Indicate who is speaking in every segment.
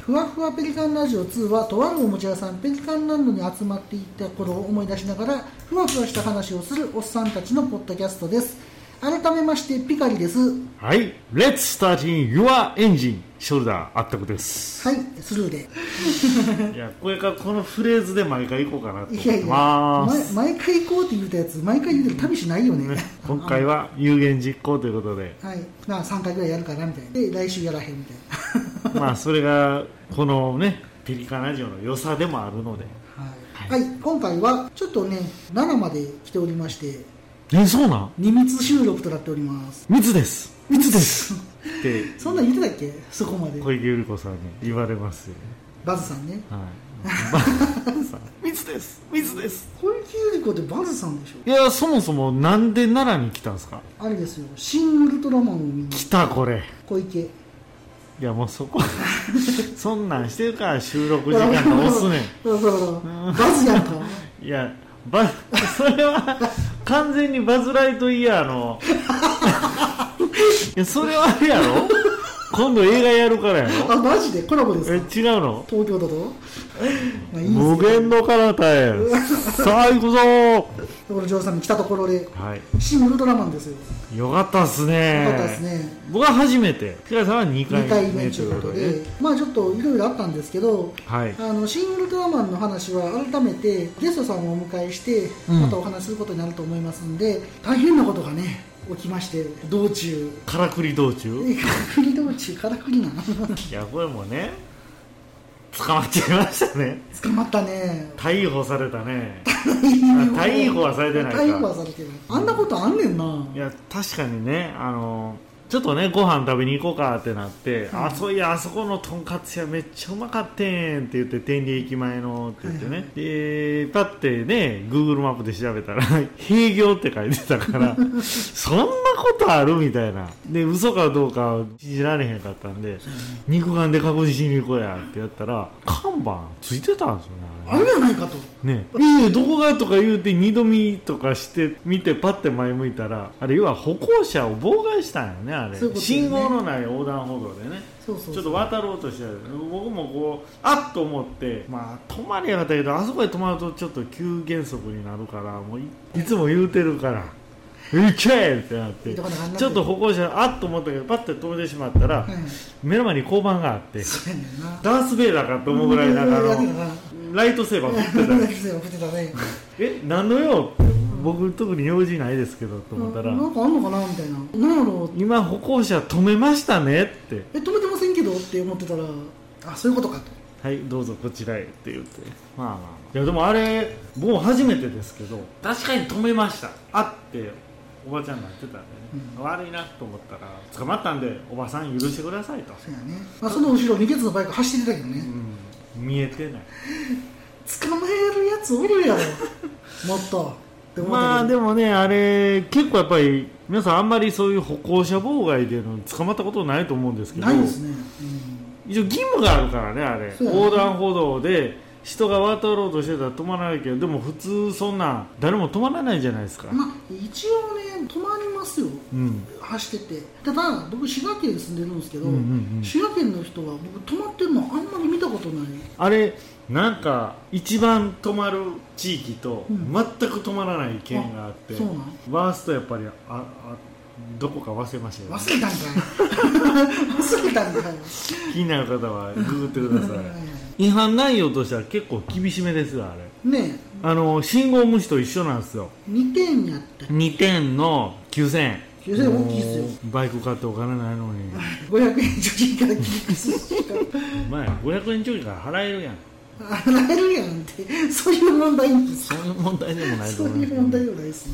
Speaker 1: ふわふわペリカンラジオ2はとあるおもちゃ屋さんペリカンランドに集まっていた頃を思い出しながらふわふわした話をするおっさんたちのポッドキャストです改めましてピカリですは
Speaker 2: はい、Let's start in your engine ショルダーあったくです。
Speaker 1: いスルーで
Speaker 2: いや、これからこのフレーズで毎回行こうかなと思っ
Speaker 1: いや
Speaker 2: て
Speaker 1: いや
Speaker 2: ま
Speaker 1: ま
Speaker 2: ーす。
Speaker 1: 毎回行こうって言うたやつ毎回言うてる旅しないよね
Speaker 2: ね今回は有言実行ということで、
Speaker 1: はいまあ3回ぐらいやるかなみたいなで来週やらへんみたい
Speaker 2: まあそれがこのね、ピリカラジオの良さでもあるので。
Speaker 1: なはい、はい、今回はちょっとね7まで来ておりまして
Speaker 2: え、そうなん
Speaker 1: 二密収録となっております
Speaker 2: 密です密ですっ て
Speaker 1: そんなん言ってたっけそこまで
Speaker 2: 小池百合子さんに言われますよね。
Speaker 1: バズさんね
Speaker 2: はい。 密です密です
Speaker 1: 小池百合子ってバズさんでしょ
Speaker 2: いや、そもそもなんで奈良に来たんですか
Speaker 1: あれですよ「シン・ウルトラマン」を見に
Speaker 2: 来たこれ。
Speaker 1: 小池
Speaker 2: いやもうそこそんなんしてるから収録時間が押すね
Speaker 1: そうそうそう バズやんか
Speaker 2: んいやバそれは完全にバズ・ライトイヤーのいやそれはあれやろ今度映画やるからやろ
Speaker 1: あマジでコラボです
Speaker 2: え
Speaker 1: か
Speaker 2: 違うの
Speaker 1: 東京だとまあいいんです
Speaker 2: 無
Speaker 1: け
Speaker 2: 限の彼方へさあ行くぞ
Speaker 1: ど所ジョーさんに来たところで
Speaker 2: は
Speaker 1: 「シン・ウルトラマン」ですよ
Speaker 2: いよかったっすね
Speaker 1: よかったですね
Speaker 2: 僕は初めて平井さんは2
Speaker 1: 2
Speaker 2: 回
Speaker 1: 回
Speaker 2: 目
Speaker 1: 目
Speaker 2: と
Speaker 1: と
Speaker 2: い
Speaker 1: いうう
Speaker 2: こ
Speaker 1: ことと
Speaker 2: で
Speaker 1: でまあちょっといろいろあったんですけど
Speaker 2: はい
Speaker 1: あのシン・ウルトラマンの話は改めてゲストさんをお迎えして
Speaker 2: うん
Speaker 1: またお話しすることになると思いますんで、大変なことがね起きまして道中
Speaker 2: からくり道中
Speaker 1: えからくり道中からくりな
Speaker 2: いやこれもね捕まっちゃいましたね
Speaker 1: 捕まったね
Speaker 2: 逮捕されたねあ
Speaker 1: 逮
Speaker 2: 逮捕はされてないか
Speaker 1: 逮捕はされてないあんなことあんねんない
Speaker 2: や確かにねあのちょっとねご飯食べに行こうかってなって、あそういやあそこのとんかつ屋めっちゃうまかってんって言って天理駅前のって言ってね、
Speaker 1: はいは
Speaker 2: でパッてね Google マップで調べたら 閉業って書いてたから そんなことあるみたいなで嘘かどうか信じられへんかったんで肉眼で確認しに行こうやってやったら看板ついてたんですよねあ
Speaker 1: あ
Speaker 2: れ
Speaker 1: れじゃないかと
Speaker 2: ねえ、いやいやどこがとか言うて二度見とかして見てパッて前向いたらあれ要は歩行者を妨害したんよねあれ
Speaker 1: そういうことだよね
Speaker 2: 信号のない横断歩道でね
Speaker 1: そうそう
Speaker 2: ちょっと渡ろうとして僕もこうあっと思ってまあ止まりやがったけどあそこで止まるとちょっと急減速になるからもういいつも言うてるから「行け!」ってなっ
Speaker 1: い
Speaker 2: て
Speaker 1: いとこなんかあんな
Speaker 2: ちょっと歩行者あっと思ったけどパッて止めてしまったら
Speaker 1: はい
Speaker 2: 目の前に交番があって
Speaker 1: そうやねんな
Speaker 2: ダース・ベイダーかと思うぐらいなんかあ
Speaker 1: うん
Speaker 2: のライトセーバー振ってたよ
Speaker 1: そう振ってたね
Speaker 2: え何の用って僕特に用事ないですけどと思ったら
Speaker 1: なんかあんのかなみたいななんやろう
Speaker 2: 「今歩行者止めましたね」って
Speaker 1: え止めてませんけどって思ってたらあそういうことかと
Speaker 2: 「はいどうぞこちらへ」って言ってまあまあまあいやでもあれ僕も初めてですけど確かに止めましたあっておばちゃんになってたんでね、悪いなと思ったら捕まったんでおばさん許してくださいと、
Speaker 1: そうやね、まあ、その後ろ二ケツのバイク走ってたけどね、
Speaker 2: うん、見えてない
Speaker 1: 捕まえるやつお るやろもっとって思
Speaker 2: ま
Speaker 1: った
Speaker 2: あ
Speaker 1: け
Speaker 2: で
Speaker 1: ど
Speaker 2: もねあれ結構やっぱり皆さんあんまりそういう歩行者妨害での捕まったことないと思うんですけど
Speaker 1: ないですね、
Speaker 2: 一応義務があるからねあれ
Speaker 1: そうやね
Speaker 2: 横断歩道で人が渡ろうとしてたら止まらないけどでも普通そんなん誰も止まらないじゃないですか
Speaker 1: うん、まあ一応ね止まりますよ
Speaker 2: うん
Speaker 1: 走っててただ僕滋賀県に住んでるんですけど、
Speaker 2: うんうんうん
Speaker 1: 滋賀県の人は僕止まってるのあんまり見たことない
Speaker 2: あれなんか一番止まる地域と
Speaker 1: うん
Speaker 2: 全く止まらない県があって、
Speaker 1: あそうなん
Speaker 2: ワーストやっぱりああどこか忘れましたよ、ね、
Speaker 1: 忘れたんかい 忘れたんかい
Speaker 2: 気になる方はググってくださ
Speaker 1: はいはい
Speaker 2: 違反内容としては結構厳しめですよあれ
Speaker 1: ね
Speaker 2: あの信号無視と一緒なんですよ
Speaker 1: え2点やった
Speaker 2: 2点の9000円
Speaker 1: 9000円大きいっすよ
Speaker 2: もうバイク買ってお金ないのに
Speaker 1: 500円貯金から切り崩すしか
Speaker 2: 前500円貯金から払えるやん
Speaker 1: 払えるやんってそういう問題なんです
Speaker 2: そういう問題でもないと
Speaker 1: そう
Speaker 2: 思
Speaker 1: いう問題
Speaker 2: う
Speaker 1: ではないですね、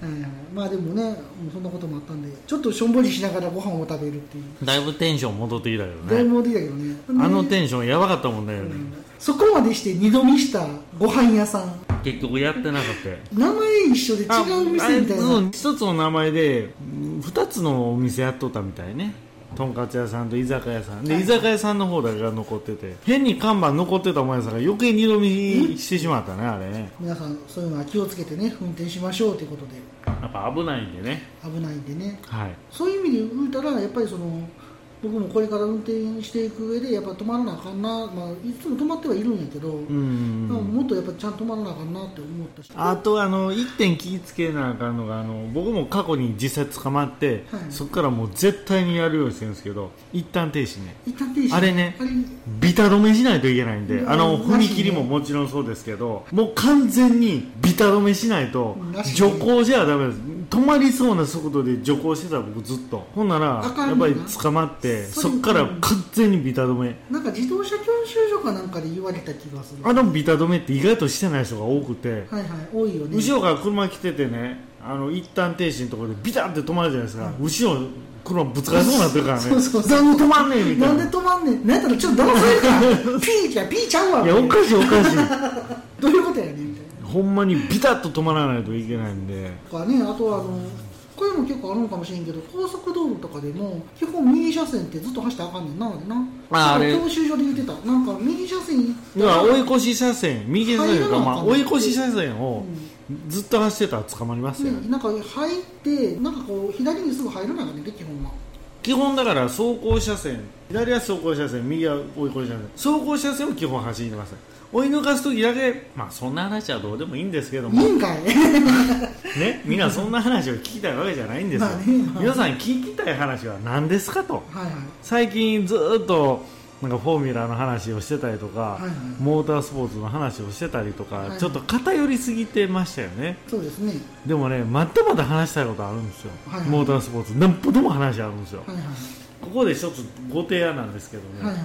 Speaker 1: はいはい、まあでもねもうそんなこともあったんでちょっとしょんぼりしながらご飯を食べるっていう
Speaker 2: だいぶテンション戻ってきたけど
Speaker 1: 大
Speaker 2: ね
Speaker 1: 問題だけどね
Speaker 2: あの
Speaker 1: ね
Speaker 2: テンションやばかったもんだよ
Speaker 1: う
Speaker 2: ね
Speaker 1: んそこまでして二度見したご飯屋さん
Speaker 2: 結局やってなかったよ
Speaker 1: 名前一緒で違
Speaker 2: あ
Speaker 1: う店みたい
Speaker 2: あれう
Speaker 1: なん
Speaker 2: 一つの名前でうん二つのお店やっとったみたいねとんかつ屋さんと居酒屋さんで、
Speaker 1: はい
Speaker 2: 居酒屋さんの方だけが残ってて変に看板残ってたお前さんが余計二度見してしまったねあれね
Speaker 1: 皆さんそういうのは気をつけてね運転しましょうということで
Speaker 2: やっぱ危ないんでね
Speaker 1: 危ないんでね
Speaker 2: はい
Speaker 1: そういう意味で言うたらやっぱりその僕もこれから運転していく上でやっぱ止まらなあかんな、まあ、いつも止まってはいるんやけど、
Speaker 2: うんうん
Speaker 1: まあ
Speaker 2: うん
Speaker 1: もっとやっぱちゃんと止まらなあかんなって思ったし
Speaker 2: あとあの一点気ぃつけなあかんのがあの僕も過去に実際捕まって、
Speaker 1: はい
Speaker 2: そこからもう絶対にやるようにしてるんですけど一旦停止ね
Speaker 1: 一旦停止
Speaker 2: あれね
Speaker 1: あれ
Speaker 2: ビタ止めしないといけないんで
Speaker 1: うん
Speaker 2: あの
Speaker 1: なしね
Speaker 2: 踏切ももちろんそうですけどもう完全にビタ止めしないと
Speaker 1: なしね
Speaker 2: 徐行じゃダメです止まりそうな速度で徐行してた僕ずっとほんなら
Speaker 1: あかん
Speaker 2: や
Speaker 1: ね
Speaker 2: っ
Speaker 1: んな
Speaker 2: ぱり捕まって
Speaker 1: そ
Speaker 2: そ
Speaker 1: れ
Speaker 2: こから完全にビタ止め
Speaker 1: なんか自動車教習所かなんかで言われた気がする
Speaker 2: あのビタ止めって意外としてない人が多くて
Speaker 1: はいはい多いよね
Speaker 2: 後ろから車来ててねあの一旦停止のところでビタって止まるじゃないですか、後ろ車ぶつかりそうになってるからね
Speaker 1: そうそうそう
Speaker 2: なんで止まんねんみた
Speaker 1: ないん
Speaker 2: な
Speaker 1: で止まんねんなんやったらちょっと騙されるから ピーちゃピーちゃうわ
Speaker 2: いやおかしいおかしい
Speaker 1: どういうことやねんみたいな
Speaker 2: ほんまにビタッと止まらないといけないんで
Speaker 1: とかねあとはあのこういうの結構あるのかもしれんけど高速道路とかでも基本右車線ってずっと走ってあかんねんなあれな
Speaker 2: ああれ
Speaker 1: 教習所で言ってたなんか右車線行った
Speaker 2: だから
Speaker 1: ら
Speaker 2: 追い越し車線右車線と
Speaker 1: 入ら
Speaker 2: か、
Speaker 1: なあ
Speaker 2: ま
Speaker 1: かん
Speaker 2: あ、
Speaker 1: の
Speaker 2: 追い越し車線を
Speaker 1: う
Speaker 2: ずっと走ってたら捕まりますよ、
Speaker 1: んねなんか入ってなんかこう左にすぐ入らないからね基本は
Speaker 2: 基本だから走行車線左は走行車線右は追い越し車線走行車線を基本走りません追い抜かす時だけまあそんな話はどうでもいいんですけど
Speaker 1: い
Speaker 2: も
Speaker 1: いん かい
Speaker 2: ね、みんなそんな話を聞きたいわけじゃないんですよ、
Speaker 1: まあねまあ
Speaker 2: 皆さん聞きたい話は何ですかと
Speaker 1: はいはい
Speaker 2: 最近ずっとなんかフォーミュラの話をしてたりとか、
Speaker 1: はいはい
Speaker 2: モータースポーツの話をしてたりとか、
Speaker 1: はいはい
Speaker 2: ちょっと偏りすぎてましたよね
Speaker 1: そうですね
Speaker 2: でもねまだまだ話したいことあるんですよ、
Speaker 1: はいはい
Speaker 2: モータースポーツ何歩でも話あるんですよ、
Speaker 1: はいはい
Speaker 2: ここで一つご提案なんですけど
Speaker 1: は
Speaker 2: ね、
Speaker 1: いはい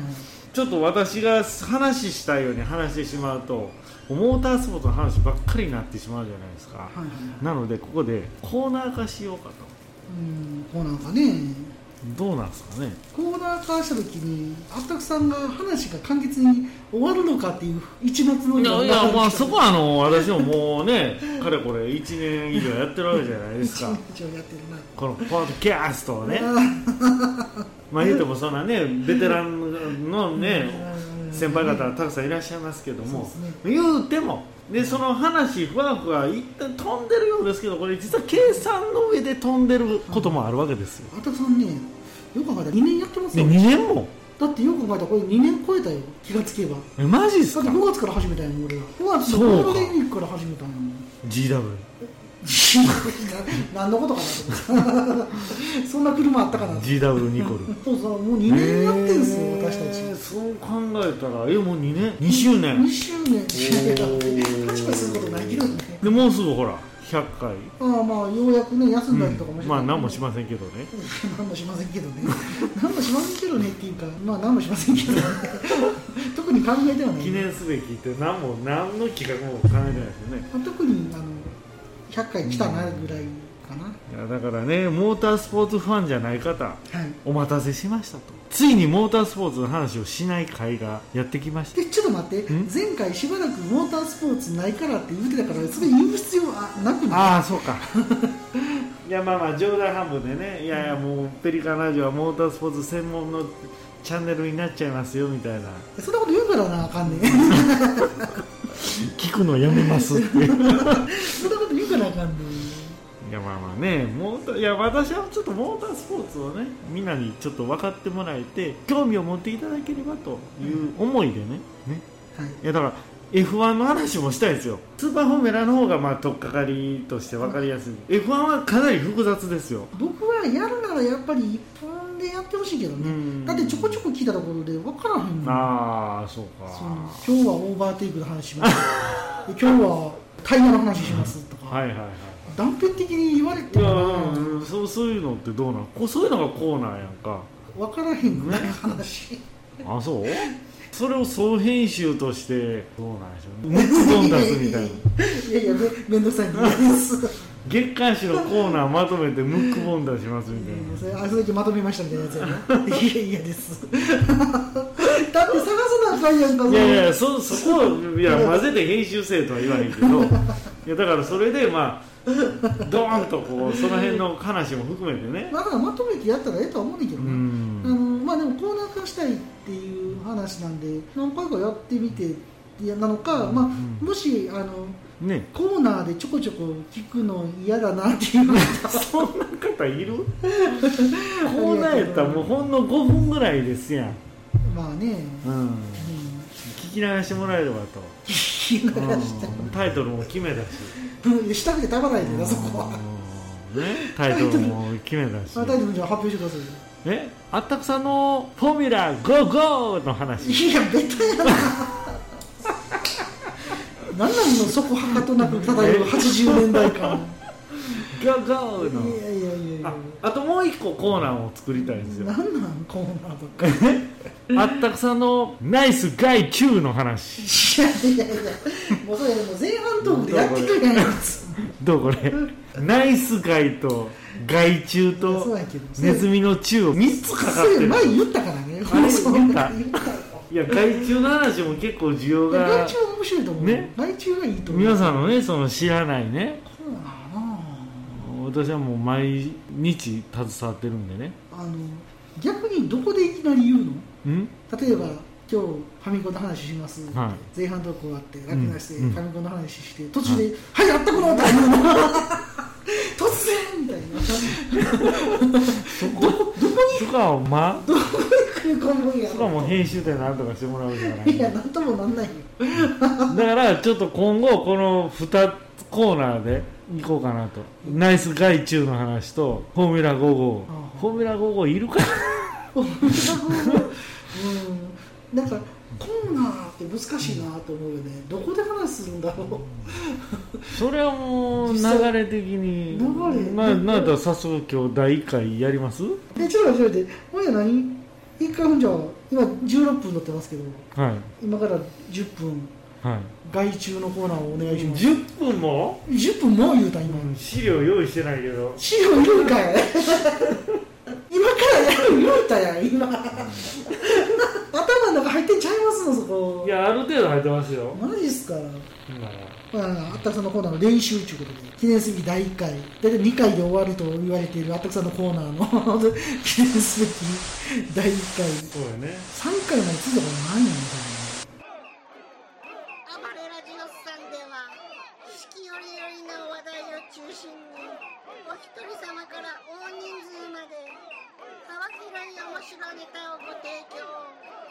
Speaker 2: ちょっと私が話したいように話してしまうとモータースポーツの話ばっかりになってしまうじゃないですか、
Speaker 1: はいはい
Speaker 2: なのでここでコーナー化しようかと
Speaker 1: うんこうなんかね
Speaker 2: どうなんですかね
Speaker 1: コーナー化した時にあったくさんが話が簡潔に終わるのかっていう一末の
Speaker 2: いやい やまあそこはあの私ももうね かれこれ1年以上やってるわけじゃないで
Speaker 1: 一
Speaker 2: すか
Speaker 1: 日をやってるな
Speaker 2: このポッドキャストをね
Speaker 1: あー
Speaker 2: まあ言うてもそんなねベテランのね
Speaker 1: うん
Speaker 2: 先輩方たくさんいらっしゃいますけども
Speaker 1: そうで
Speaker 2: 言うてもでその話ふわふわ一旦飛んでるようですけどこれ実は計算の上で飛んでることもあるわけですよ
Speaker 1: あたさんねよく考えたら2年やってます
Speaker 2: で
Speaker 1: よ
Speaker 2: 2年も
Speaker 1: だってよく考えたらこれ2年超えたよ気がつけばだ
Speaker 2: えマジっす
Speaker 1: って
Speaker 2: か
Speaker 1: 5月から始めたんやもん俺ら5月の
Speaker 2: そうか
Speaker 1: ゴールデンウィークから始めたんやもん
Speaker 2: GW
Speaker 1: 何のことかなと思ってそんな車あったかな
Speaker 2: GW ニコル
Speaker 1: そうそうもう2年やってんすよ
Speaker 2: へー
Speaker 1: 私たち
Speaker 2: そう考えたらえもう2年2周
Speaker 1: 2
Speaker 2: 年
Speaker 1: 周年いやだって立場することないけどね
Speaker 2: でもうすぐほら100回、
Speaker 1: ああまあようやくね休んだりとかも
Speaker 2: う
Speaker 1: して
Speaker 2: んまあ何もしませんけどね
Speaker 1: 何もしませんけどね何もしませんけどねっていうかまあ何もしませんけどね 特に考えてはない
Speaker 2: 記念すべきって何も何の企画も考えてないですよね
Speaker 1: まあ特にあの100回来たなぐらいかな、
Speaker 2: いやだからねモータースポーツファンじゃない方
Speaker 1: はい
Speaker 2: お待たせしましたとついにモータースポーツの話をしない会がやってきました
Speaker 1: でちょっと待って
Speaker 2: ん
Speaker 1: 前回しばらくモータースポーツないからって言うてたからそれ言う必要はなくない
Speaker 2: ああそうか いやまあまあ冗談半分でねいやいやもうペリカンラジオはモータースポーツ専門のチャンネルになっちゃいますよみたいな
Speaker 1: そんなこと言うからなあかんねん
Speaker 2: 聞くのやめますっていう
Speaker 1: そんなこと言うからあかんねん
Speaker 2: いやまあまあねモーターいや私はちょっとモータースポーツをねみんなにちょっと分かってもらえて興味を持っていただければという思いでね,、ね
Speaker 1: はい
Speaker 2: いやだから F1 の話もしたいですよスーパーフォーメラの方がまあ取っかかりとして分かりやすい、F1 はかなり複雑ですよ
Speaker 1: 僕はやるならやっぱり一本でやってほしいけど
Speaker 2: う
Speaker 1: ね
Speaker 2: ん
Speaker 1: だってちょこちょこ聞いたところで分からへんもん
Speaker 2: ああそうか
Speaker 1: その今日はオーバーテイクの話します今日はタイヤの話しますとか、
Speaker 2: はいはいはい
Speaker 1: 断片的に言われて
Speaker 2: いや
Speaker 1: も
Speaker 2: うんそうそういうのってどうなんこうそういうのがコーナーやんか
Speaker 1: 分からへんのね話
Speaker 2: あそうそれを総編集としてどうなんでしょうね熱ン出すみたいな
Speaker 1: いやいやめめんどくさいんです
Speaker 2: 月刊誌のコーナーまとめてムックボンダーしますみたいな
Speaker 1: それあそれだけまとめましたみたいなやつやないやいやです だって探さなあかんやんかそ
Speaker 2: い
Speaker 1: の
Speaker 2: やいやそそこをいや混ぜて編集せえとは言わへんけどいやだからそれでまあドーンとこうその辺の話も含めてね
Speaker 1: まあだからまとめてやったらええとは思うねんけ
Speaker 2: う
Speaker 1: どな、あの
Speaker 2: ん
Speaker 1: まあでもコーナー化したいっていう話なんで何回かやってみてなのか、まあ、もしあの
Speaker 2: ね
Speaker 1: コーナーでちょこちょこ聞くの嫌だなっていう
Speaker 2: そんな方いる こうなやったらもうほんの5分ぐらいですやん、
Speaker 1: まあね、
Speaker 2: うん、
Speaker 1: うん、
Speaker 2: 聞き流してもらえればと、
Speaker 1: 聞き流した
Speaker 2: うんタイトルも決めたし
Speaker 1: いやしたくてたまらないでなそこは、
Speaker 2: うんね、タイトルも決めたし
Speaker 1: あ大丈夫じゃあ発表してくださ
Speaker 2: えあったくさんの「フォーミュラゴーゴー!」の話
Speaker 1: いいやベタやな なんなんのそこはかとなく漂う80年代感
Speaker 2: ゴーゴー
Speaker 1: いや
Speaker 2: の
Speaker 1: いやいやいや
Speaker 2: ああともう一個コーナーを作りたいんですよ
Speaker 1: なんなんコーナーとか
Speaker 2: あったくさんの「ナイスガイ Q」の話
Speaker 1: いやいやいやもうそれもう前半トークでやってくれへんやつ
Speaker 2: どう これナイスガイと害虫
Speaker 1: そ
Speaker 2: と
Speaker 1: うやけど
Speaker 2: ネズミの宙を3つかかっ
Speaker 1: そ
Speaker 2: て
Speaker 1: れ
Speaker 2: る
Speaker 1: 前言ったからね
Speaker 2: あれ
Speaker 1: そう
Speaker 2: 言った
Speaker 1: 言ったよ
Speaker 2: いや害虫の話も結構需要
Speaker 1: 外
Speaker 2: が
Speaker 1: 虫は面白いと思う
Speaker 2: ね
Speaker 1: 外虫がいいと思う
Speaker 2: 皆さんのねその知らないね
Speaker 1: そうなの
Speaker 2: 私はもう毎日携わってるんでね
Speaker 1: あの逆にどこでいきなり言うの
Speaker 2: うん
Speaker 1: 例えば今日ファミコンの話します、
Speaker 2: は
Speaker 1: 前半とこうあって楽なして、
Speaker 2: うん
Speaker 1: ファミコンの話して途中で「はい、やったこの!」みたいな突然みたいなどこ
Speaker 2: そこはま
Speaker 1: に食い込むんや
Speaker 2: そこは
Speaker 1: ろ
Speaker 2: もう編集でなんとかしてもらうじゃない
Speaker 1: いやなんともなんないよ
Speaker 2: だからちょっと今後この2つコーナーで行こうかなとナイス外中の話とフォーミュラ5号
Speaker 1: ああ
Speaker 2: フォーミュラ5号いるか
Speaker 1: うんなんかコーナーって難しいなと思うよねどこで話すんだろう
Speaker 2: それはもう
Speaker 1: 実
Speaker 2: 流
Speaker 1: 際
Speaker 2: れ的に
Speaker 1: 流れ
Speaker 2: ななんだ早速今日第1回やります
Speaker 1: でちょっと待ってちょっと待ってほんや何一回ほんじゃ今16分乗ってますけど
Speaker 2: は
Speaker 1: 今から10分
Speaker 2: いはい
Speaker 1: 外注のコーナーをお願いします
Speaker 2: 10分も
Speaker 1: 10分もう言うた今
Speaker 2: 資料用意してないけど
Speaker 1: 資料言うんかい 今からやる言うたやん 今頭の中入ってんちゃいますのそこ
Speaker 2: いやある程度入ってますよ
Speaker 1: マジっすか
Speaker 2: 今
Speaker 1: まあ、あったくさんのコーナーの練習ということで、記念すべき第1回、大体2回で終わると言われているあったくさんのコーナーの 記念すべき第1回、
Speaker 2: そうやね
Speaker 1: 3回までついたことないやんみたいな。
Speaker 3: 暴れラジオスさんでは四季折々の話題を中心にお一人様から大人数まで幅広い面白ネタをご提供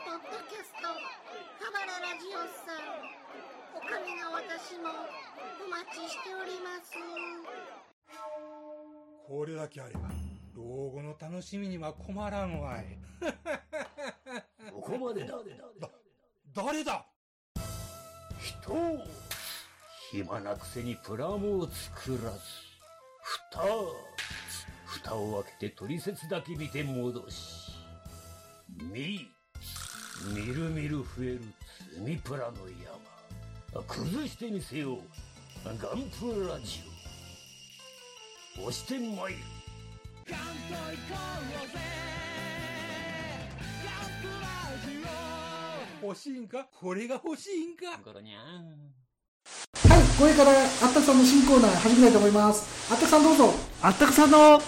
Speaker 3: ポッドキャスト「暴れラジオスさん」おかみの私もお待ちしております。
Speaker 4: これだけあれば、老後の楽しみには困らんわい。
Speaker 5: ここまでだ。
Speaker 4: 誰だ
Speaker 5: 人を暇なくせにプラモを作らず、蓋を蓋を開けて取説だけ見て戻し、み、みるみる増える積みプラの山、崩してみせよう、ガンプラジオ。押してまいる。
Speaker 4: 欲しいんかこれが欲しいんか
Speaker 1: はい、これからあったくさんの新コーナー始めたいと思います。あったくさんどうぞ。
Speaker 2: あったくさんの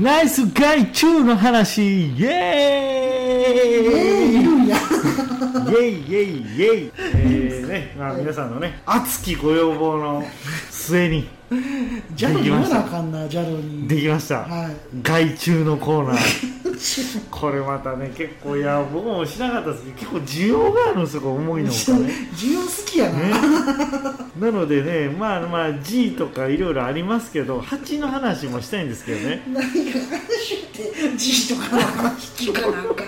Speaker 2: ナイスガイチューの話イ
Speaker 1: えー、い
Speaker 2: エーイ
Speaker 1: るんや。
Speaker 2: イエイイエイイエイえーね、まあ、皆さんのね熱きご要望の末に
Speaker 1: ジャルに言わなあかんな、ジャルに。
Speaker 2: できました
Speaker 1: はい。
Speaker 2: 害虫のコーナーこれまたね結構いや僕も知らなかったですけど結構需要があるんですよ重いのがね
Speaker 1: 需要好きやな。
Speaker 2: ね なのでねまあまあ G とかいろいろありますけど蜂の話もしたいんですけどね
Speaker 1: 何か話して、G とかの話聞かなあかん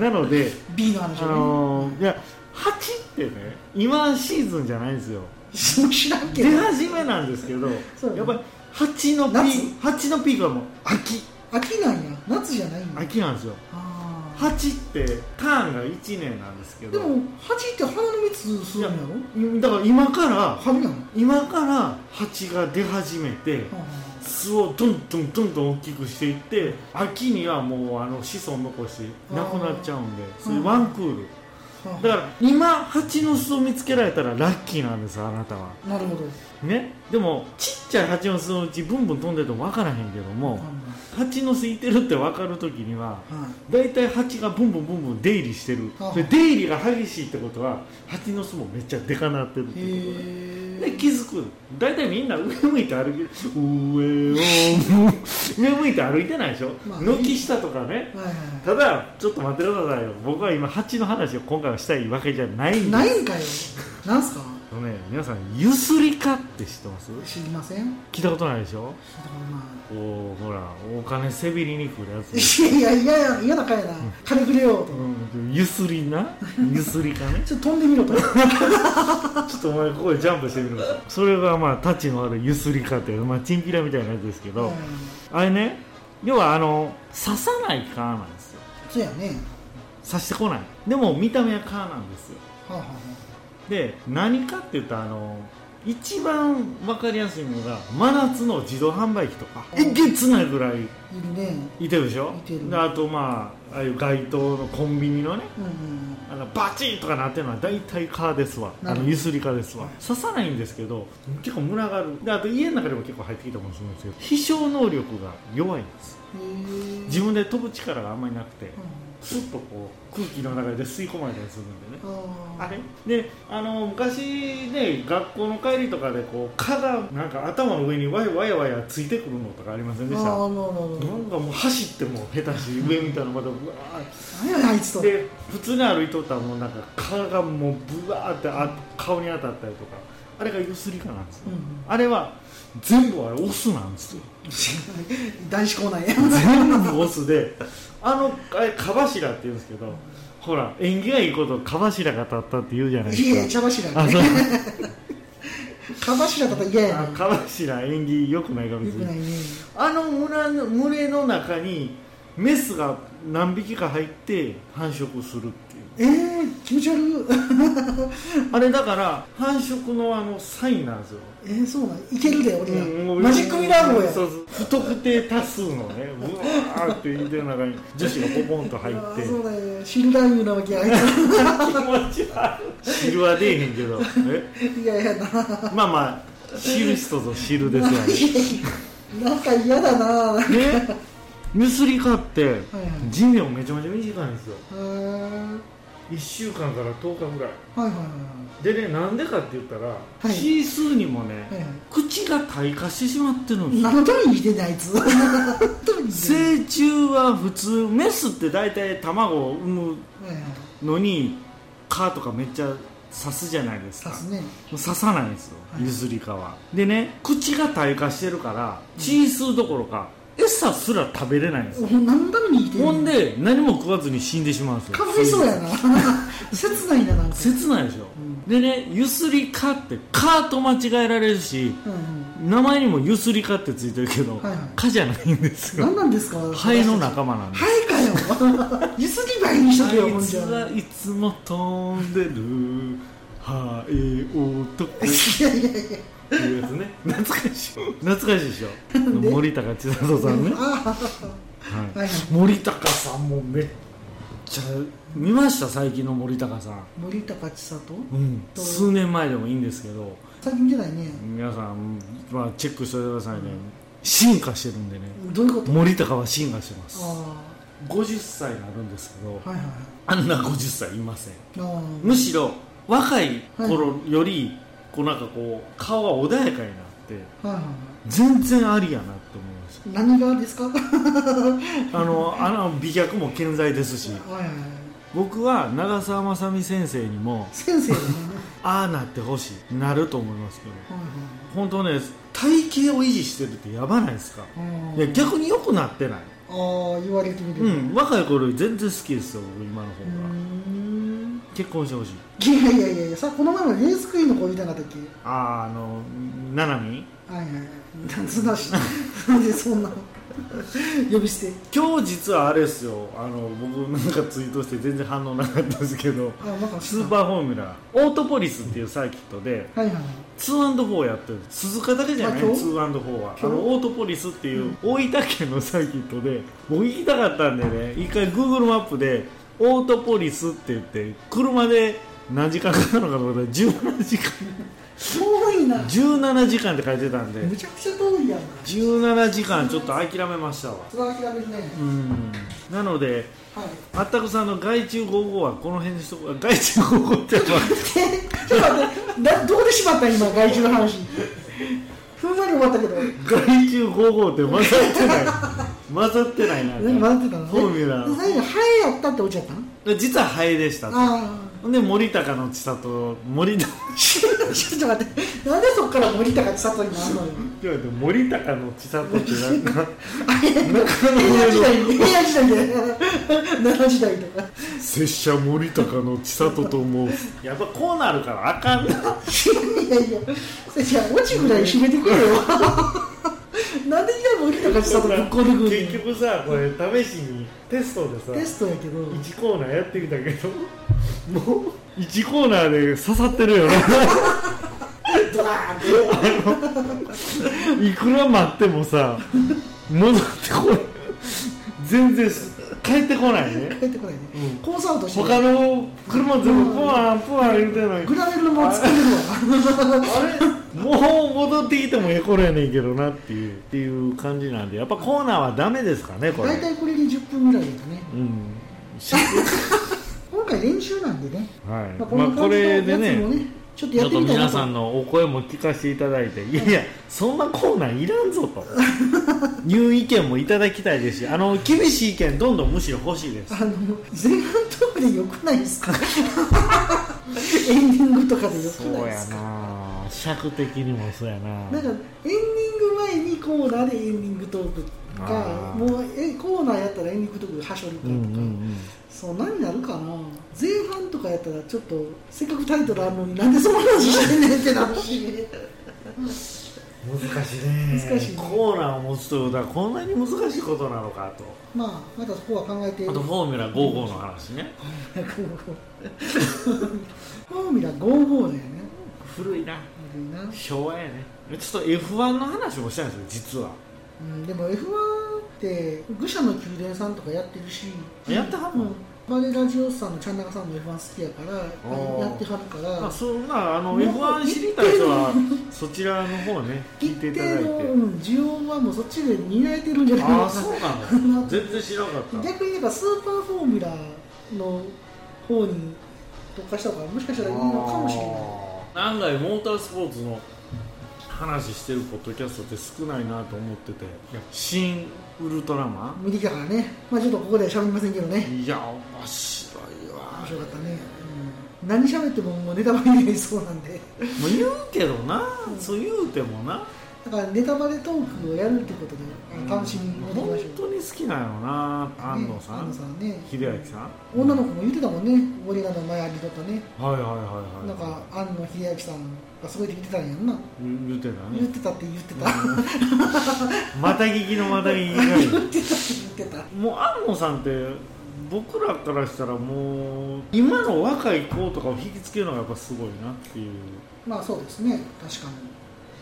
Speaker 1: な。
Speaker 2: なので
Speaker 1: B の話
Speaker 2: あ
Speaker 1: をね。
Speaker 2: のーいや蜂ってね今シーズンじゃないんですよ
Speaker 1: 知らんけど
Speaker 2: 出。始めなんですけど、
Speaker 1: そうね
Speaker 2: やっぱり蜂のピーク蜂のピークはもう秋
Speaker 1: 秋なんや。夏じゃないんや。
Speaker 2: 秋なんですよ
Speaker 1: あー
Speaker 2: 蜂ってターンが1年なんですけ
Speaker 1: で
Speaker 2: ど
Speaker 1: も蜂って花の蜜吸うんやろ
Speaker 2: だから今から
Speaker 1: 春なの
Speaker 2: 今から蜂が出始めて
Speaker 1: あ
Speaker 2: 巣をどんどんどんどん大きくしていって秋にはもうあの子孫残してなくなっちゃうんでそういうワンクール
Speaker 1: ー
Speaker 2: だから今蜂の巣を見つけられたらラッキーなんですあなたは
Speaker 1: なるほど
Speaker 2: ねでもちっちゃい蜂の巣のうちブンブン飛んでても分からへんけども
Speaker 1: あ
Speaker 2: 蜂の巣いてるって分かる時には
Speaker 1: は
Speaker 2: 大体蜂がブンブンブンブン出入りしてる
Speaker 1: はあ
Speaker 2: で出入りが激しいってことは蜂の巣もめっちゃでかなってるっ
Speaker 1: い、
Speaker 2: ていうことだ
Speaker 1: へ
Speaker 2: で
Speaker 1: え
Speaker 2: 気づく大体みんな上向いて歩き上を上向いて歩いてないでしょ、
Speaker 1: まあ
Speaker 2: 軒下とかね
Speaker 1: はいはいは
Speaker 2: ただちょっと待ってくださいよ僕は今蜂の話を今回はしたいわけじゃないんで
Speaker 1: い
Speaker 2: す
Speaker 1: ないんかよなんすか
Speaker 2: あのね皆さんゆすりかって知ってます
Speaker 1: 知りません
Speaker 2: 聞いたことないでしょ
Speaker 1: だからまあ
Speaker 2: こうほらお金せびりに来るやつ
Speaker 1: いやいやいや嫌なかやな金くれよと
Speaker 2: うんゆすりなゆすりかね
Speaker 1: ちょっと飛んでみろと
Speaker 2: ちょっとお前ここでジャンプしてみるそれがまあタッチのあるゆすりかっていうまあチンピラみたいなやつですけど、
Speaker 1: うん
Speaker 2: あれね要はあの刺さない蚊なんですよ
Speaker 1: そうやね
Speaker 2: 刺してこないでも見た目は蚊なんですよ
Speaker 1: はあはあは
Speaker 2: で何かって言ったらあの一番分かりやすいのが真夏の自動販売機とかえげつないぐらい
Speaker 1: あいるね
Speaker 2: いてるでしょ
Speaker 1: いてる
Speaker 2: であとまあああいう街頭のコンビニのね
Speaker 1: うんうん
Speaker 2: あのバチンとかなってるのは大体蚊ですわ
Speaker 1: な
Speaker 2: あ
Speaker 1: るほど
Speaker 2: のゆすり蚊ですわ
Speaker 1: はい
Speaker 2: 刺さないんですけど結構群がるであと家の中でも結構入ってきたものするんですけど飛翔能力が弱いんです
Speaker 1: へえ
Speaker 2: 自分で飛ぶ力があんまりなくて
Speaker 1: う
Speaker 2: スッとこう空気の中で吸い込まれたりするんで
Speaker 1: ん
Speaker 2: ね
Speaker 1: あ
Speaker 2: あ
Speaker 1: あ
Speaker 2: れであの昔ね学校の帰りとかでこう蚊がなんか頭の上にわやわやわやついてくるのとかありませんで
Speaker 1: あ
Speaker 2: し
Speaker 1: あ
Speaker 2: た
Speaker 1: なるほど
Speaker 2: なんかもう走っても下手し上見たらまたブワー
Speaker 1: 何
Speaker 2: ッ
Speaker 1: やねんあいつと
Speaker 2: で普通に歩いとったらもうなんか蚊がもうブワーってあ顔に当たったりとかあれがゆすり蚊なんですよ、
Speaker 1: うん
Speaker 2: あれは全部あれオスなんですよ
Speaker 1: 男子校内や
Speaker 2: 全部オスであのあれ蚊柱って言うんですけどほら縁起がいいこと蚊柱が立ったって言うじゃない
Speaker 1: いや
Speaker 2: で
Speaker 1: いや
Speaker 2: すか
Speaker 1: 茶柱
Speaker 2: あそう
Speaker 1: かばしらかと嫌や
Speaker 2: あ
Speaker 1: な
Speaker 2: 蚊柱縁起良くないかも
Speaker 1: よ
Speaker 2: し
Speaker 1: く
Speaker 2: れな
Speaker 1: ないいね
Speaker 2: あの村の群れの中にメスが何匹か入って繁殖するっていう
Speaker 1: えー、気持ち悪い
Speaker 2: あれだから繁殖のあのサインなんですよ
Speaker 1: えー、そうなんいけるで俺ら、
Speaker 2: うん
Speaker 1: マジックミラー号や
Speaker 2: そうそう不特定多数のねうわーって言ってる中に女子がポポンと入っ
Speaker 1: あ
Speaker 2: て
Speaker 1: ーそうだよシルダーユーなわけやあいつ
Speaker 2: 気持ち 悪い汁は出えへんけどえ
Speaker 1: いやいやな
Speaker 2: まあまあ汁人ぞ汁ですわね
Speaker 1: なんか嫌だなは
Speaker 2: ねゆすりかって
Speaker 1: いはい
Speaker 2: 寿命めちゃめちゃ短いんですよ
Speaker 1: へー
Speaker 2: 1週間から10日ぐらい
Speaker 1: はいはいは
Speaker 2: でねなんでかって言ったら、
Speaker 1: い
Speaker 2: シースーにもね、
Speaker 1: いはいはいは
Speaker 2: 口が退化してしまってるんです
Speaker 1: い
Speaker 2: よ
Speaker 1: 何のために生きてんねんあ いつ何のために生きてんねん
Speaker 2: 成虫は普通メスって大体卵を産む
Speaker 1: はいはい
Speaker 2: のに蚊とかめっちゃ刺すじゃないですか
Speaker 1: 刺すね
Speaker 2: 刺さないんですよ
Speaker 1: はい
Speaker 2: ゆずり蚊はでね口が退化してるからチースーどころか餌すら食べれないんですよ、
Speaker 1: もう何のために生きてんね
Speaker 2: ほんで何も食わずに死んでしまうんですよ
Speaker 1: かわいそうやな切ないななんか
Speaker 2: 切ないでしょ、
Speaker 1: ん
Speaker 2: でねゆすり蚊って蚊と間違えられるし
Speaker 1: うんうん
Speaker 2: 名前にもゆすり蚊ってついてるけど、
Speaker 1: はいはい
Speaker 2: 蚊じゃないんですよ
Speaker 1: 何なんですか
Speaker 2: ハエの仲間なんです
Speaker 1: ハエかよゆすぎばいにしとけよほん
Speaker 2: あい
Speaker 1: じ
Speaker 2: つ
Speaker 1: ゃ
Speaker 2: はいつも飛んでるハエ男って
Speaker 1: いやいやいや
Speaker 2: いうや つね懐かしい懐かしいでしょ森高千里さんね、は
Speaker 1: ああ
Speaker 2: い、
Speaker 1: はいはい
Speaker 2: 森高さんもめっちゃ見ました最近の森高さん、
Speaker 1: 森高千里
Speaker 2: うん、
Speaker 1: どう
Speaker 2: 数年前でもいいんですけど
Speaker 1: 最近じゃないね
Speaker 2: 皆さん、まあ、チェックしておいてくださいね進化してるんでね
Speaker 1: どういうこと
Speaker 2: 森高は進化してます
Speaker 1: あ
Speaker 2: 50歳になるんですけど
Speaker 1: あはいはい
Speaker 2: あんな50歳いません
Speaker 1: あ
Speaker 2: むしろ若い頃より、こうなんかこう顔が穏やかになって
Speaker 1: あはいはいは
Speaker 2: 全然ありやなって思いまし
Speaker 1: い何がですかはい
Speaker 2: たあのあの美脚も健在ですし
Speaker 1: はいはい
Speaker 2: 僕は長澤まさみ先生にも
Speaker 1: 先生だね
Speaker 2: ああなってほしいなると思いますけど
Speaker 1: はい
Speaker 2: 本当ね体型を維持してるってやばないですか
Speaker 1: はい
Speaker 2: いや逆に良くなってない
Speaker 1: あー言われてみる
Speaker 2: う
Speaker 1: うん
Speaker 2: 若い頃より全然好きですよ僕今の方
Speaker 1: ー
Speaker 2: が
Speaker 1: ん
Speaker 2: 結婚してほしい
Speaker 1: いやいやいやいやさこの前もレースクイーンの子みたいなったっけ
Speaker 2: あああのななみ
Speaker 1: はいはいはいそんなしなんでそんな呼び捨て
Speaker 2: 今日実はあれですよあの僕なんかツイートして全然反応なかったですけど
Speaker 1: あなんか
Speaker 2: スーパーフォーミュラーオートポリスっていうサーキットで
Speaker 1: はいはいはい
Speaker 2: 2&4 やってる鈴鹿だけじゃない
Speaker 1: あ今日
Speaker 2: 2&4 はあ
Speaker 1: 今
Speaker 2: の
Speaker 1: 日
Speaker 2: オートポリスっていう大分県のサーキットで僕行きたかったんでね一回 Google マップでオートポリスって言って車で何時間かかるのかと思ったら17時間
Speaker 1: 遠いな
Speaker 2: 17時間って書いてたんで
Speaker 1: むちゃくちゃ遠いやんか
Speaker 2: 17時間ちょっと諦めましたわ
Speaker 1: それは諦めるね
Speaker 2: うんなので
Speaker 1: はい
Speaker 2: あったくさんの害虫5号はこの辺にしとこう害虫5号ってのは
Speaker 1: ちょっと待ってなどこでしまった今害虫の話ふんわり終わったけど
Speaker 2: 害虫5号って混ざってない混ざってないな
Speaker 1: 何笑ってたの
Speaker 2: フォーミュラ
Speaker 1: で最後ハエやったって落ちちゃったの
Speaker 2: 実はハエでした
Speaker 1: あ
Speaker 2: ほんで森高の千里森高
Speaker 1: あちょっと待ってなんでそっから森高千里になる のよ
Speaker 2: 森高の千里ってなん か
Speaker 1: 平安時代に平安時代で 奈良時代とか
Speaker 2: 拙者森高の千里ともやっぱこうなるからあかんない
Speaker 1: やいやそれじゃあ落ちぐらい締めてくれよなんで今森高千里ぶっこんでくる
Speaker 2: 結局さこれ試しにテストでさ
Speaker 1: テストやけど
Speaker 2: 1コーナーやってみたけどもう1コーナーで刺さってるよな
Speaker 1: ドラーンって
Speaker 2: いくら待ってもさ戻ってこない全然帰ってこないね
Speaker 1: 帰ってこないね
Speaker 2: うん
Speaker 1: コースアウトして
Speaker 2: 他の車全部プワンプワン言うてんのに
Speaker 1: グラベルも作れるわ
Speaker 2: もう戻ってきてもええ頃やねんけどなっていうっていう感じなんでやっぱコーナーはダメですかねこれ
Speaker 1: 大体これで10分ぐらいだね
Speaker 2: うん
Speaker 1: 今回練習なんでね、
Speaker 2: はい
Speaker 1: まあ、こ
Speaker 2: まあ
Speaker 1: の
Speaker 2: こ
Speaker 1: 感じの
Speaker 2: れ
Speaker 1: やつ
Speaker 2: で
Speaker 1: もね,、
Speaker 2: ね
Speaker 1: ちょっと
Speaker 2: ち
Speaker 1: や
Speaker 2: ょ
Speaker 1: っ
Speaker 2: ってと
Speaker 1: みたいな
Speaker 2: 皆
Speaker 1: と
Speaker 2: さんのお声も聞かせていただいていやいやそんなコーナーいらんぞという意見もいただきたいですしあの厳しい意見どんどんむしろ欲しいです
Speaker 1: あの前半トークでよくないですかエンディングとかでよく
Speaker 2: そう
Speaker 1: ないで
Speaker 2: や
Speaker 1: すか
Speaker 2: な尺的にもそうやな
Speaker 1: なんかエンディング前にコーナーでエンディングトーク
Speaker 2: あ
Speaker 1: か
Speaker 2: ー
Speaker 1: もうえコーナーやったらエンディングトークはしょるか
Speaker 2: う
Speaker 1: と
Speaker 2: ん
Speaker 1: か、
Speaker 2: うんうん
Speaker 1: そんなになるかな前半とかやったらちょっとせっかくタイトルあるのになんでその話してんねんってなるし ね
Speaker 2: 難しいね
Speaker 1: 難しいね
Speaker 2: コーナーを持つということはこんなに難しいことなのかと
Speaker 1: まあまだそこは考えて
Speaker 2: あとフォーミュラ55の話ね
Speaker 1: フォーミュラ55だよね
Speaker 2: 古いな
Speaker 1: 悪いな
Speaker 2: 昭和やねちょっと F1 の話もしたいんですよ実は
Speaker 1: うん、でも F1 って愚者の宮殿さんとかやってるし
Speaker 2: やってはんの
Speaker 1: うんバレラジオスさんのチャンナカさんも F1 好きやから
Speaker 2: ー
Speaker 1: やってはるから、
Speaker 2: まあ、そんなあの
Speaker 1: もう
Speaker 2: F1 知りたい人はそちらの方ね聞い
Speaker 1: 一
Speaker 2: て
Speaker 1: 定
Speaker 2: いただいて
Speaker 1: のうん需要はもうそっちで担えてるんじゃない
Speaker 2: ああ
Speaker 1: の
Speaker 2: そう
Speaker 1: か
Speaker 2: なの全然知らなかった
Speaker 1: な 逆に言えばスーパーフォーミュラーの方に特化した方がもしかしたらいいのかもしれない
Speaker 2: 案外モータースポーツの話してるポッドキャストって少ないなと思ってて新ウルトラマ
Speaker 1: 見てきたからねまあちょっとここで喋りませんけどね
Speaker 2: ンいや面白いわ
Speaker 1: 面白かったね、うん、何喋ってももうネタバレになりそうなんで
Speaker 2: もう言うけどな、そう言うてもな
Speaker 1: だからネタバレトークをやるってことであ楽しみにしていきま
Speaker 2: 本
Speaker 1: しょ
Speaker 2: 当
Speaker 1: う、
Speaker 2: に好きなのな安藤さ
Speaker 1: ね
Speaker 2: ん、
Speaker 1: ね
Speaker 2: 秀明さん
Speaker 1: 女の子も言ってたもんね俺らの前ありとったね
Speaker 2: はいはいはいはい
Speaker 1: なんか庵野秀明さんがすごいって言ってたんやんな
Speaker 2: 言言うてた
Speaker 1: 言っ
Speaker 2: ね
Speaker 1: てたって言ってた
Speaker 2: また聞きのまた聞きが
Speaker 1: 言ってたって言ってた
Speaker 2: もう安野さんって僕らからしたらもう今の若い子とかを引きつけるのがやっぱすごいなっていう
Speaker 1: まあそうですね確か
Speaker 2: ね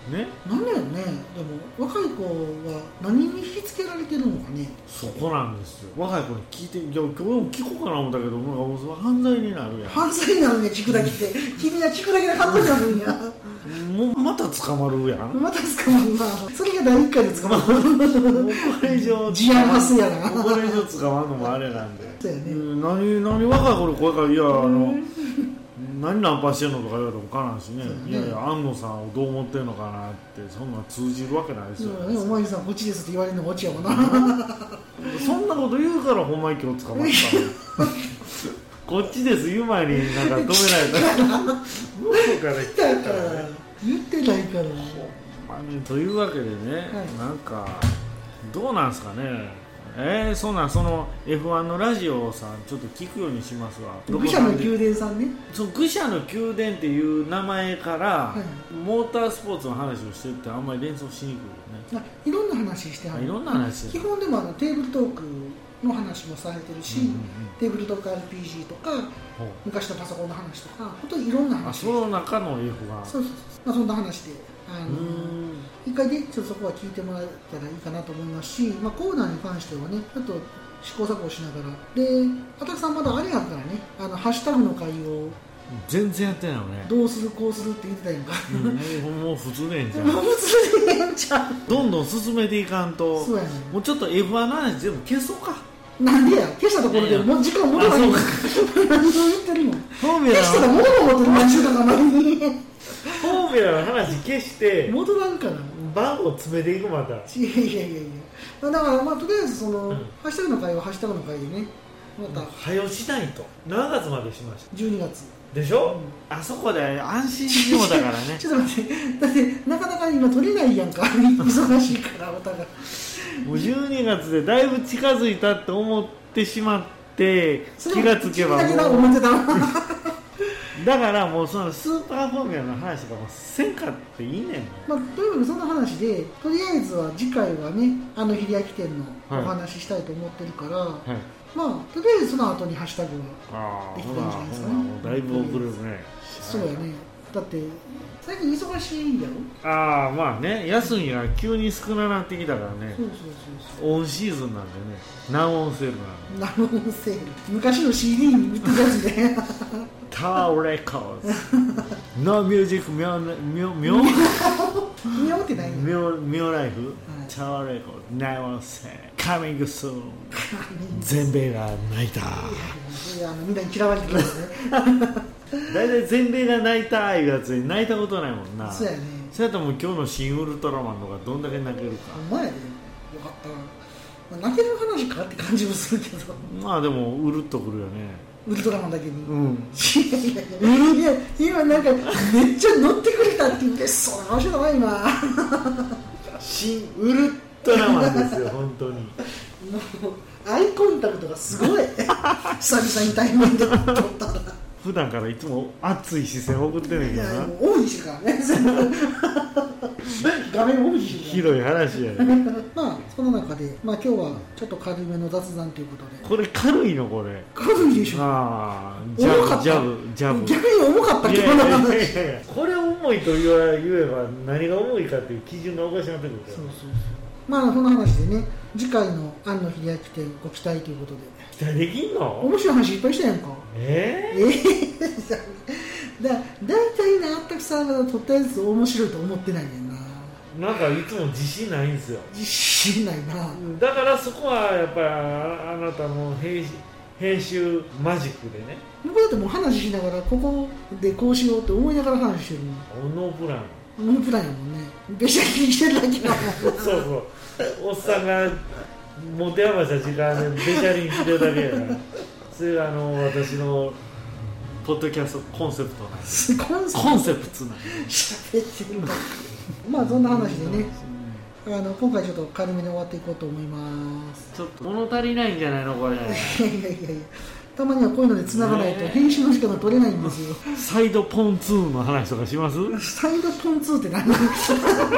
Speaker 1: になんだよねでも若い子は何に引きつけられてるのかね
Speaker 2: そこなんですよ若い子に聞いていや今日も聞こうかな思ったけどなんかもう犯罪になるやん
Speaker 1: 犯罪なのね聞くだけで君は聞くだけで犯罪なのにや
Speaker 2: もうまた捕まるや ん
Speaker 1: また捕まるなそれが第一回で捕まる
Speaker 2: もうこれ以 上
Speaker 1: 事案発生やな
Speaker 2: もうこれ以上捕まんのもあれなんで
Speaker 1: そうやね
Speaker 2: ん何何若い頃声から「いやあ の何ナンパしてんの?」とか言われてもかなんしね
Speaker 1: そうやね
Speaker 2: いやいや安野さんをどう思ってんのかなってそんなん通じるわけないです
Speaker 1: そ
Speaker 2: よ、
Speaker 1: うだね、お前さん、こっちですって言われるのがオチやもんな。
Speaker 2: そんなこと言うからほんまに今日捕まったの こっちです言う前になんか止 められた向こうから来
Speaker 1: だ
Speaker 2: た
Speaker 1: か
Speaker 2: からね
Speaker 1: ら、言ってないから。
Speaker 2: まあねというわけでね、
Speaker 1: い
Speaker 2: なんかどうなんですかねえー、そんなんその F1 のラジオさんちょっと聞くようにしますわ
Speaker 1: 愚者の宮殿さんね。
Speaker 2: そう愚者の宮殿っていう名前から、
Speaker 1: い
Speaker 2: モータースポーツの話をしてるってあんまり連想しにくいよね
Speaker 1: あいろんな話しては
Speaker 2: あい
Speaker 1: る。
Speaker 2: ろんな話
Speaker 1: 基本でもあのテーブルトークの話もされてるし、
Speaker 2: うんうんうん
Speaker 1: テーブルトーク RPG とか、
Speaker 2: ほう
Speaker 1: 昔のパソコンの話とか、本当にいろんな
Speaker 2: あ
Speaker 1: 話。
Speaker 2: その中の F1
Speaker 1: そうそうそう。まあ、そんな話で。あ
Speaker 2: う
Speaker 1: の
Speaker 2: ーん
Speaker 1: 一回ね、ちょっとそこは聞いてもらえたらいいかなと思いますし、まあ、コーナーに関してはね、ちょっと試行錯誤しながら、で、あたくさんまだあれやからね、あのハッシュタグの会を
Speaker 2: 全然やってないのね
Speaker 1: どうするこうするって言ってたやんか
Speaker 2: うんもう普通でええんじゃ
Speaker 1: も
Speaker 2: ん
Speaker 1: う普通でええんちゃう
Speaker 2: どんどん進めていかんと
Speaker 1: そうやね
Speaker 2: もうちょっと F1 の話全部消そうか
Speaker 1: なんでや消したところでもう時間戻らない
Speaker 2: あ
Speaker 1: 何を言ってるの
Speaker 2: 神戸
Speaker 1: 消したら戻ろうと思って何週間か前に
Speaker 2: 神戸の話消して
Speaker 1: 戻らんから
Speaker 2: 番を詰めていくまた
Speaker 1: いやいやいやいやだからまあとりあえずその、
Speaker 2: ん
Speaker 1: ハッシュタグの会はハッシュタグの会でねまた
Speaker 2: 早よしないと何月までしまし
Speaker 1: 12月
Speaker 2: たでしょ、あそこで安心しようだからね
Speaker 1: ちょっと待ってだってなかなか今取れないやんか忙しいからお互い
Speaker 2: もう12月でだいぶ近づいたって思ってしまって
Speaker 1: それ
Speaker 2: 気
Speaker 1: も
Speaker 2: がつけば
Speaker 1: 君だけな
Speaker 2: もう
Speaker 1: 思ってたわ
Speaker 2: だからもうそのスーパーフォーミュラの話とかもせんかっていいねん
Speaker 1: まあ、とにかくそんな話でとりあえずは次回はねあの日焼き店のお話ししたいと思ってるから、
Speaker 2: はい
Speaker 1: まあとりあえずその後にハッシュタグは
Speaker 2: ああ
Speaker 1: でき
Speaker 2: ほ
Speaker 1: た
Speaker 2: ら
Speaker 1: んじゃないです
Speaker 2: ほ
Speaker 1: から
Speaker 2: もうだいぶ遅れるね
Speaker 1: そうやねだって最近忙しいんだろ
Speaker 2: ああまあね休みが急に少なくなってきたからね
Speaker 1: そうそうそう
Speaker 2: オンシーズンなんでね難音セールなんで
Speaker 1: そうなるほどセール昔の CD に売ってたやつで
Speaker 2: タワーレコ ーズ No Music ミョミョミョ
Speaker 1: 見ようってないの
Speaker 2: ミョミョライフ
Speaker 1: はい
Speaker 2: タワーレコーズ Now Say Coming Soon 全米が泣いた
Speaker 1: いやあのみんなに嫌われてるんですね
Speaker 2: 大体全米が泣いたいうやつに泣いたことないもんな
Speaker 1: そうやね
Speaker 2: そうやったらもう今日の新ウルトラマンとかどんだけ泣けるか
Speaker 1: お前やでよかったな、まあ、泣ける話かって感じもするけど
Speaker 2: まあでもうるっとくるよね
Speaker 1: ウルトラマンだけに、
Speaker 2: うん
Speaker 1: いやいやいやいや今なんかめっちゃ乗ってくれたって嬉しそうな顔してたな今も
Speaker 2: 新ウルトラマンですよ本当に
Speaker 1: うアイコンタクトがすごい久々に対面で撮ったら
Speaker 2: 普段からいつも熱い視線送ってんねん
Speaker 1: い
Speaker 2: け
Speaker 1: や
Speaker 2: どな
Speaker 1: もうオフにしてる からね全部画面オフにして
Speaker 2: ひ
Speaker 1: るか
Speaker 2: どい話やね
Speaker 1: らまあその中で、まあ、今日はちょっと軽めの雑談ということで
Speaker 2: これ軽いのこれ
Speaker 1: 軽いでしょ
Speaker 2: ああジ
Speaker 1: 重かっ
Speaker 2: ャ
Speaker 1: た
Speaker 2: ブジャブジャブ
Speaker 1: 逆に重かった
Speaker 2: い
Speaker 1: け
Speaker 2: や
Speaker 1: ど
Speaker 2: い
Speaker 1: な
Speaker 2: や
Speaker 1: そ
Speaker 2: い
Speaker 1: う
Speaker 2: やいやこれ重いと言わ言えば何が重いかっていう基準がおかしくなってくるから
Speaker 1: そうそうまあその話でね次回の庵野秀明展ご期待ということで
Speaker 2: 期待できんの
Speaker 1: 面白い話いっぱいしたやんか
Speaker 2: え
Speaker 1: ええだだいたいなあったくさんが撮ったやつ面白いと思ってないねんな
Speaker 2: ー、なんかいつも自信ないんですよ
Speaker 1: 自信ないな
Speaker 2: だからそこはやっぱりああなたの編集編集マジックでね
Speaker 1: 僕だってもう話しながらここでこうしようって思いながら話してるもん
Speaker 2: オノープラン
Speaker 1: ノープランやもんねべしゃきりしてるだけだもん
Speaker 2: そうそうおっさんが持て余した時間でベシャリンしてるだけやからそれがあの私のポッドキャストコンセプトなんです
Speaker 1: すごいし
Speaker 2: コンセプトなんで
Speaker 1: ゃべってるんだまあそんな話でねあの今回ちょっと軽めに終わっていこうと思い ます
Speaker 2: ちょっと物足りないんじゃないのこれ
Speaker 1: いやいやいやいやたまにはこういうので繋がないと編集の時間が取れないんですよ
Speaker 2: サイドポンツーンの話とかします
Speaker 1: サイドポン2って何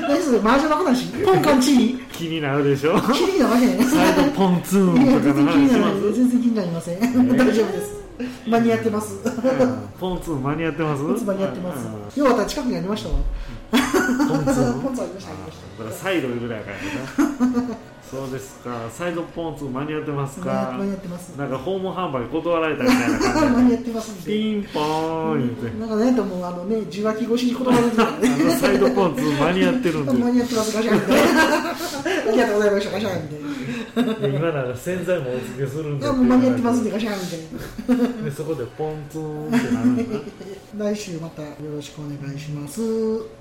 Speaker 1: 何それ麻雀の 話ポンカンチー
Speaker 2: 気になるでしょ
Speaker 1: 気になわけね
Speaker 2: サイドポンツー
Speaker 1: いや
Speaker 2: ンと
Speaker 1: 全
Speaker 2: かの
Speaker 1: 然気に
Speaker 2: 話し
Speaker 1: な
Speaker 2: ま
Speaker 1: らない
Speaker 2: す
Speaker 1: 全然気になりません、 大丈夫です間に合ってます
Speaker 2: うんポンツーン間に合ってます
Speaker 1: いつ間に合って
Speaker 2: うん
Speaker 1: ますよかった近くにありましたわ
Speaker 2: ポンツーン
Speaker 1: ポンツーンありましたありまし
Speaker 2: だからサイドぐらいからや なそうですかサイドポンツーン間に合ってます
Speaker 1: た
Speaker 2: か
Speaker 1: 間に合ってます
Speaker 2: なんか訪問販売断られたみたいな
Speaker 1: 間
Speaker 2: 感
Speaker 1: に
Speaker 2: じ
Speaker 1: 合ってますん
Speaker 2: で
Speaker 1: で
Speaker 2: ピンポーン言うて
Speaker 1: なんかねともうあのね受話器越しに言葉が出てたから
Speaker 2: あの
Speaker 1: ね
Speaker 2: サイドポンツーン間に合ってるんで
Speaker 1: 間に合ってますガシャンみたいなありがとうございましたガシャンみたいない
Speaker 2: 今なら洗剤もお付けするんで
Speaker 1: やもう間に合ってますんでガシャンみたいな
Speaker 2: でそこでポンツーンってなるんだ
Speaker 1: 来週またよろしくお願いします。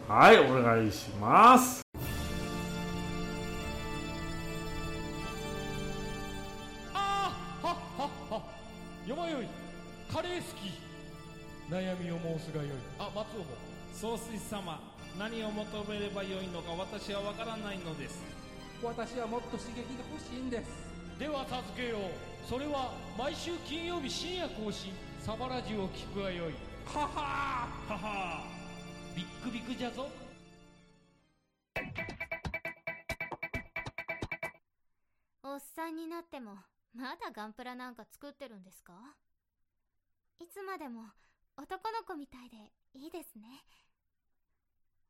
Speaker 2: はいお願いします
Speaker 6: あーはっはっはよまよいカレー好き悩みを申すがよいあ松尾も
Speaker 7: 総帥様何を求めればよいのか私は分からないのです
Speaker 8: 私はもっと刺激が欲しいんです
Speaker 6: では助けようそれは毎週金曜日深夜更新サバラジュを聞くがよいははーははービックビックじゃぞ
Speaker 9: おっさんになってもまだガンプラなんか作ってるんですかいつまでも男の子みたいでいいですね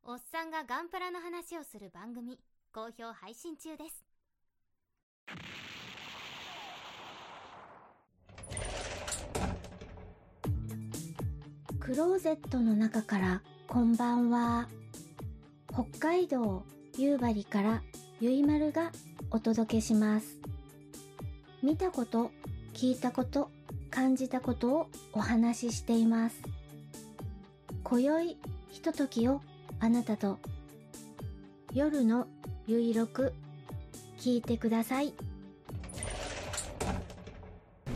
Speaker 9: おっさんがガンプラの話をする番組好評配信中です
Speaker 10: クローゼットの中からこんばんは北海道夕張からゆいまるがお届けします見たこと聞いたこと感じたことをお話ししています今宵ひとときをあなたと夜のゆいろく聞いてください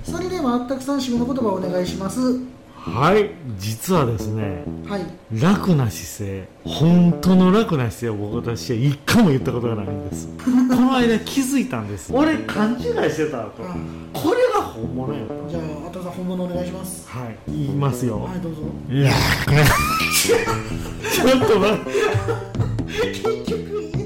Speaker 1: それではあったくさん締めの言葉をお願いしますは
Speaker 2: はい実はですね
Speaker 1: い
Speaker 2: 楽な姿勢本当の楽な姿勢を僕私は一回も言ったことがないんですこの間気づいたんです俺勘違いしてたとこれが本物やと
Speaker 1: じゃああったくさん本物お願いします
Speaker 2: はい言いますよ、
Speaker 1: はいどうぞ
Speaker 2: いやちょっと待っ て
Speaker 1: 結局言え